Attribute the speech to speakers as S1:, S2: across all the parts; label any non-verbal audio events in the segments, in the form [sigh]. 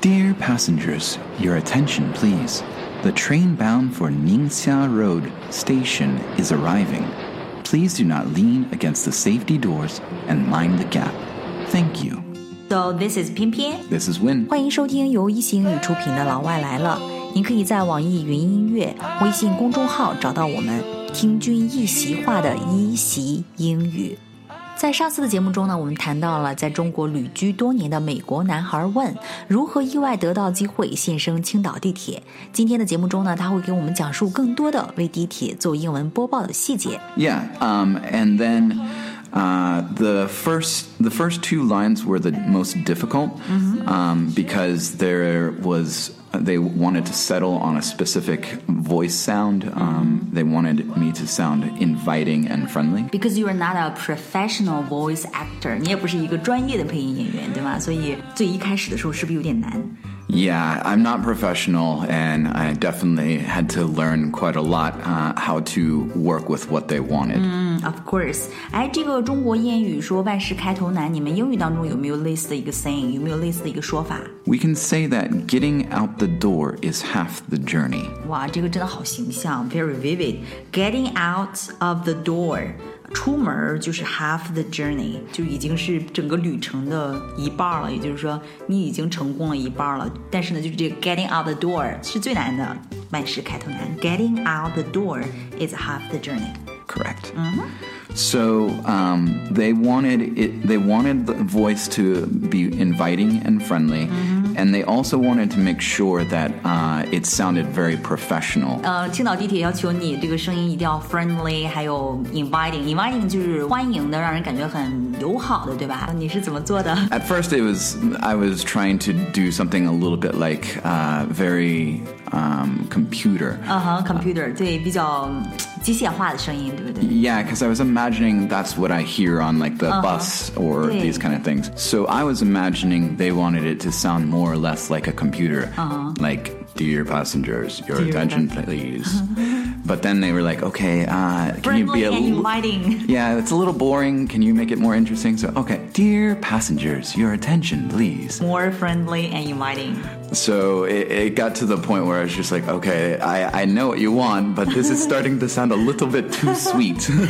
S1: Dear passengers, your attention please. The train bound for Ningxia Road Station is arriving. Please do not lean against the safety doors and mind the gap. Thank you.
S2: So this is 偏偏，
S1: This is Win.
S3: 欢迎收听由一心英语出品的《老外来了》，您可以在网易云音乐、微信公众号找到我们，听君一席话的一席英语。在上次的节目中呢，我们谈到了在中国旅居多年的美国男孩问如何意外得到机会现身青岛地铁。今天的节目中呢，他会给我们讲述更多的为地铁做英文播报的细节。
S1: Yeah, um, and then uh, the first the first two lines were the most difficult um, because there was they wanted to settle on a specific voice sound. Um, They wanted me to sound inviting and friendly.
S2: Because you are not a professional voice actor，你也不是一个专业的配音演员，对吗？所以最一开始的时候是不是有点难？
S1: Yeah, I'm not professional, and I definitely had to learn quite a lot uh, how to work with what they wanted.
S2: 嗯 Of course，哎，这个中国谚语说万事开头难，你们英语当中有没有类似的一个 saying？有没有类似的一个说法？
S1: We can say that getting out the door is half the journey.
S2: 哇，这个真的好形象，very vivid。Getting out of the door，出门儿就是 half the journey，就已经是整个旅程的一半儿了。也就是说，你已经成功了一半儿了。但是呢，就是这个 getting out the door 是最难的，万事开头难。Getting out the door is half the journey。
S1: Correct. So um, they wanted it, they wanted the voice to be inviting and friendly, and they also wanted to make sure that uh, it sounded very professional.
S2: 呃，青岛地铁要求你这个声音一定要 friendly，还有 inviting。inviting 就是欢迎的，让人感觉很友好的，对吧？你是怎么做的？
S1: At first, it was I was trying to do something a little bit like uh, very um, computer.
S2: 嗯哼，computer 对比较嗯机械化的声音，对不对？
S1: Yeah, because I was imagining that's what I hear on like the bus or
S2: Yeah.
S1: these kind of things. So I was imagining they wanted it to sound more or less like a computer, like dear passengers, your attention please. but then they were like, okay, uh, can you be
S2: friendly
S1: a l-
S2: and inviting。 [laughs]
S1: yeah, it's a little boring. Can you make it more interesting? So okay, dear passengers, your attention please.
S2: More friendly and inviting. [laughs]
S1: So it, it got to the point where I was just like, okay, I, I know what you want, but this is starting to sound a little bit too sweet.
S2: Too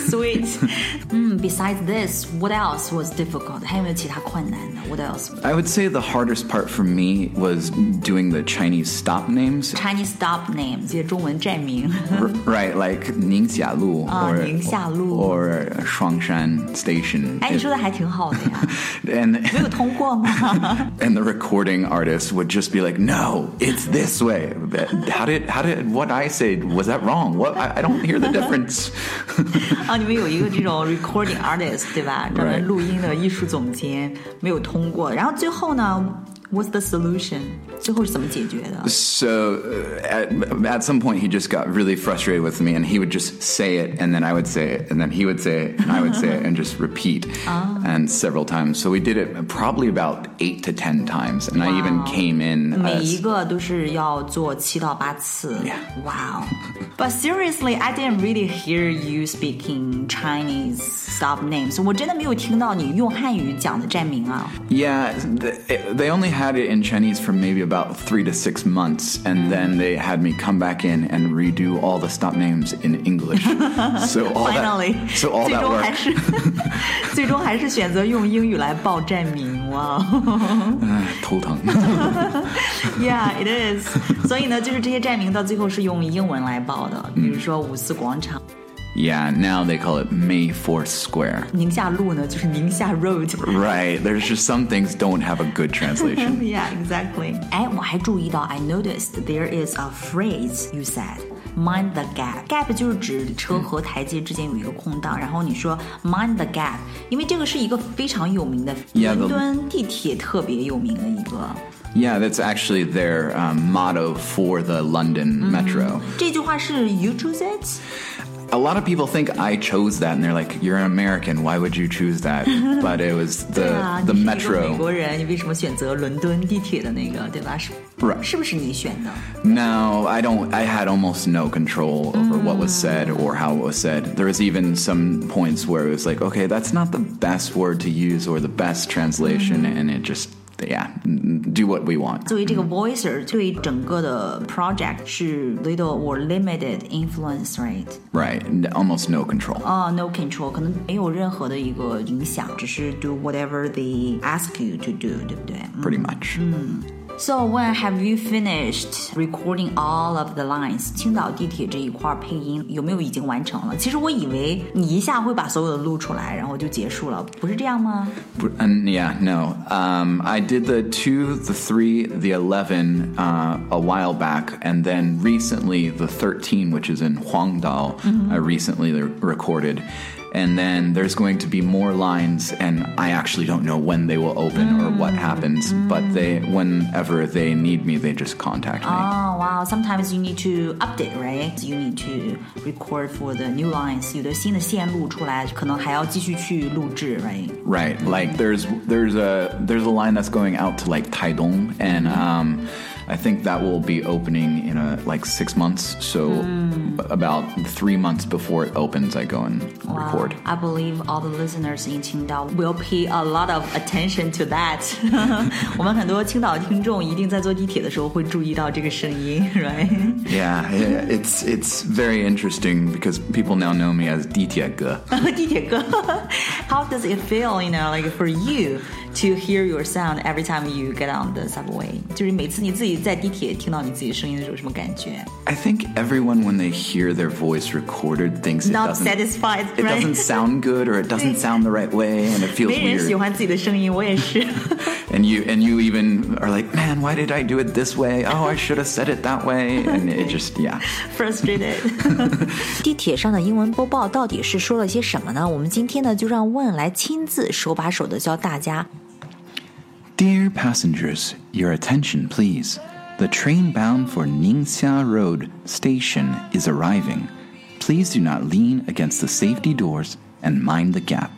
S2: sweet. [laughs] 嗯，Besides this, what else was difficult? 还有没有其他困难呢？What else?
S1: I would say the hardest part for me was doing the Chinese stop names.
S2: Chinese stop names，这些中文站名。
S1: R- right, like Ningxialu
S2: Ah,
S1: or
S2: 宁夏路。
S1: or Shuangshan Station.
S2: 哎，你说的还挺好的呀，
S1: and
S2: 没有通过吗？ [laughs]
S1: and the recording artist would just be like, "No, it's this way. How did how did what I said was that wrong? What I, I don't hear the difference."
S2: 啊，你们有一个这种 recording artist 对吧？专门
S1: Right.
S2: 录音的艺术总监没有通过，然后最后呢？What's the solution？最后是怎么解决的？
S1: So uh, at, at some point, he just got really frustrated with me, and he would just say it, and then I would say it, and then he would say it, and I would say it, and just repeat, and several times. So we did it probably about eight to ten times, and I even came in.
S2: 每
S1: as-
S2: 一个都是要做七到八次。
S1: Yeah.
S2: Wow. But seriously, I didn't really hear you speaking Chinese sub names. 我真的没有听到你用汉语讲的站名啊。
S1: yeah, th- it- they only had it in Chinese for maybe about three to six months, and then they had me come back in and redo all the stop names in English. so all
S2: Finally，
S1: that, so all
S2: 最
S1: that
S2: 终
S1: work.
S2: 还是 [laughs] 最终还是选择用英语来报站名。哇、
S1: 头疼。
S2: Yeah, it is. 所以呢，就是这些站名到最后是用英文来报的，比如说五四广场、
S1: [laughs] yeah, now they call it May 4th Square.
S2: 宁夏路呢，就是宁夏 Road。
S1: Right. There's just some things don't have a good translation.
S2: Yeah, exactly. 哎，我还注意到，I noticed there is a phrase you said. Mind the gap. Gap 就是指车和台阶之间有一个空档，然后你说 mind the gap，因为这个是一个非常有名的
S1: Yeah, the-
S2: 伦敦地铁特别有名的一个。
S1: [laughs] yeah, that's actually their um, motto for the London Metro.
S2: 这句话是 you choose it，
S1: A lot of people think I chose that, and they're like, "You're an American. Why would you choose [laughs] that?" but it was
S2: 对
S1: the
S2: 啊，
S1: Uh, the
S2: 你是一个美
S1: Metro.
S2: 国人，你为什么选择伦敦地铁的那个，对吧？是
S1: Right.
S2: 是不是你选的？
S1: No, I don't. I had almost no control over what was said or how it was said. There was even some Mm-hmm. points where it was like, "Okay, that's not the best word to use or the best translation," and it just yeah, mm, do what we want.
S2: 作为这个 voicer，对整个的 project 是 little or limited influence, right?
S1: Right, n- almost no control.
S2: 啊、n o control，可能没有任何的一个影响，只是 do whatever they ask you to do，对不对？嗯
S1: Pretty much.
S2: So when have you finished recording all of the lines？青岛地铁这一块配音有没有已经完成了？其实我以为你一下会把所有的录出来，然后就结束了，不是这样吗？
S1: Br- And yeah, no. Um, I did the two, the three, the eleven uh, a while back, and then recently the thirteen, which is in Huangdao, I recently re- recorded. And then there's going to be more lines, and I actually don't know when they will open or what happens. But they, whenever they need me, they just contact me.
S2: Oh wow! Sometimes you need to update, right? You need to record for the new lines. 有的新的线路出来，可能还要继续去录制，right?
S1: Right. Like there's there's a there's a line that's going out to like Taidong, and um, I think that will be opening in a like six months. So b- about three months before it opens, I go and record.
S2: I believe all the listeners in Qingdao will pay a lot of attention to that. [laughs] 我们很多青岛听众一定在坐地铁的时候会注意到这个声音，right？ [laughs]
S1: Yeah, yeah, it's it's very interesting because people now know me as Ditya
S2: 地铁哥 [laughs] ，How does it feel, you know, like for you to hear your sound every time you get on the subway？就是每次你自己在地铁听到你自己声音的时候，什么感觉
S1: I think everyone when they hear their voice recorded thinks it
S2: ？Not
S1: doesn't
S2: satisfied,
S1: it doesn't
S2: right？
S1: sound good or it doesn't sound the right way, and it feels
S2: [laughs] 没人
S1: weird.
S2: 喜欢自己的声音，我也是。
S1: and you and you even are like, man, why did I do it this way? Oh, I should have said it that way. And it just yeah.
S2: Frustrated。 [laughs]
S3: 地铁上的英文播报到底是说了些什么呢？我们今天呢，就让问来亲自手把手的教大家。
S1: Dear passengers, your attention, please. The train bound for Ningxia Road station is arriving. Please do not lean against the safety doors and mind the gap.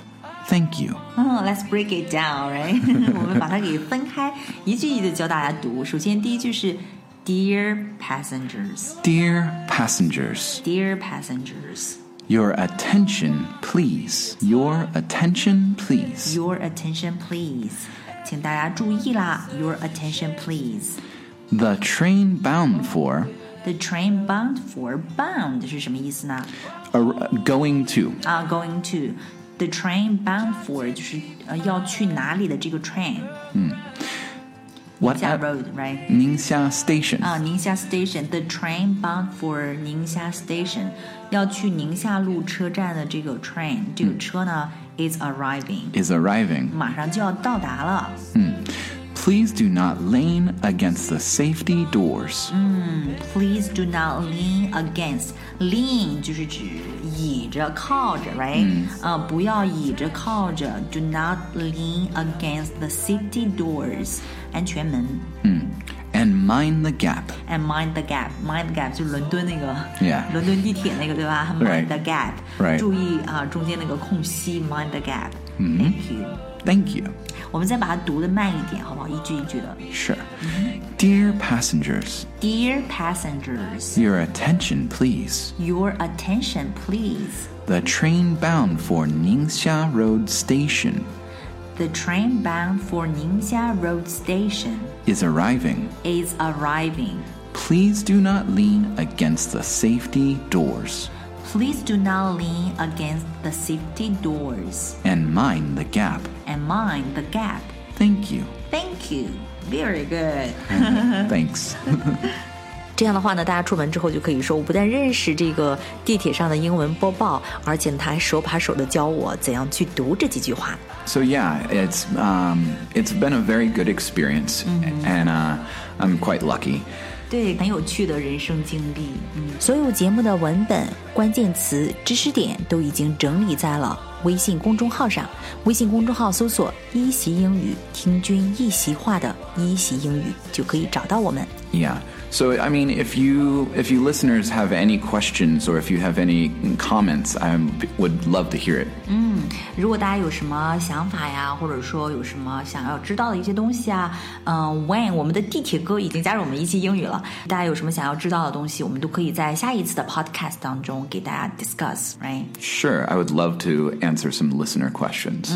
S1: Thank you.
S2: 嗯，Let's break it down, right？我 [laughs] 们把它给分开，一句一句地教大家读。首先第一句是 Dear passengers,
S1: Dear passengers,
S2: Dear passengers,
S1: your attention, please. Your attention, please.
S2: your attention please，请大家注意啦，Your attention please。
S1: The train bound for
S2: The train bound for bound 是什么意思呢？
S1: ar- uh, going to
S2: 啊、g o i n g to the train bound for 就是呃要去哪里的这个 train，
S1: what
S2: 下
S1: at-
S2: road，right？
S1: Ningxia Station.
S2: 啊，宁夏 station，the train bound for 宁夏 station，要去宁夏路车站的这个 train，这个车呢、is arriving，
S1: is arriving.
S2: 马上就要到达了。
S1: Please do not lane against the safety doors.
S2: Please do not lean against. Lean 就是指倚着、靠着，right？呃，不要倚着、靠着。Do not lean against the city doors，安全门。
S1: And mind the gap.
S2: And mind the gap, mind the gap 就是伦敦那个
S1: Yeah.
S2: 伦敦地铁那个对吧
S1: Right.
S2: ？Mind the gap，、
S1: Right.
S2: 注意啊、中间那个空隙，mind the gap。Thank
S1: Mm-hmm。
S2: you。
S1: Thank you.
S2: 我们再把它读的慢一点，好不好？一句一句的。
S1: Sure. Dear passengers,
S2: Dear passengers,
S1: your attention, please.
S2: your attention, please.
S1: The train bound for Ningxia Road Station
S2: The train bound for Ningxia Road Station
S1: is arriving.
S2: is arriving.
S1: Please do not lean against the safety doors
S2: Please do not lean against the safety doors
S1: and mind the gap.
S2: and mind the gap.
S1: Thank you.
S2: Thank you. Very good.
S1: Thanks.
S3: 这样的话呢，大家出门之后就可以说，我不但认识这个地铁上的英文播报，而且呢他还手把手的教我怎样去读这几句话。
S1: So yeah, it's um, it's been a very good experience, and uh, I'm quite lucky.
S2: 对，很有趣的人生经历。嗯，
S3: 所有节目的文本、关键词、知识点都已经整理在了微信公众号上。微信公众号搜索“一席英语”，听君一席话的“一席英语”就可以找到我们。
S1: Yeah. So I mean, if you if you listeners have any questions or if you have any comments, I would love to hear it.
S2: 如果大家有什么想法呀，或者说有什么想要知道的一些东西啊，嗯、w h e n 我们的地铁哥已经加入我们一期英语了，大家有什么想要知道的东西，我们都可以在下一次的 podcast 当中给大家 discuss，right？
S1: Sure, I would love to answer some listener questions.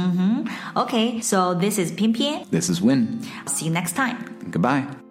S2: Okay, so this is Pin Pin.
S1: This is Win.
S2: See you next time.
S1: Goodbye.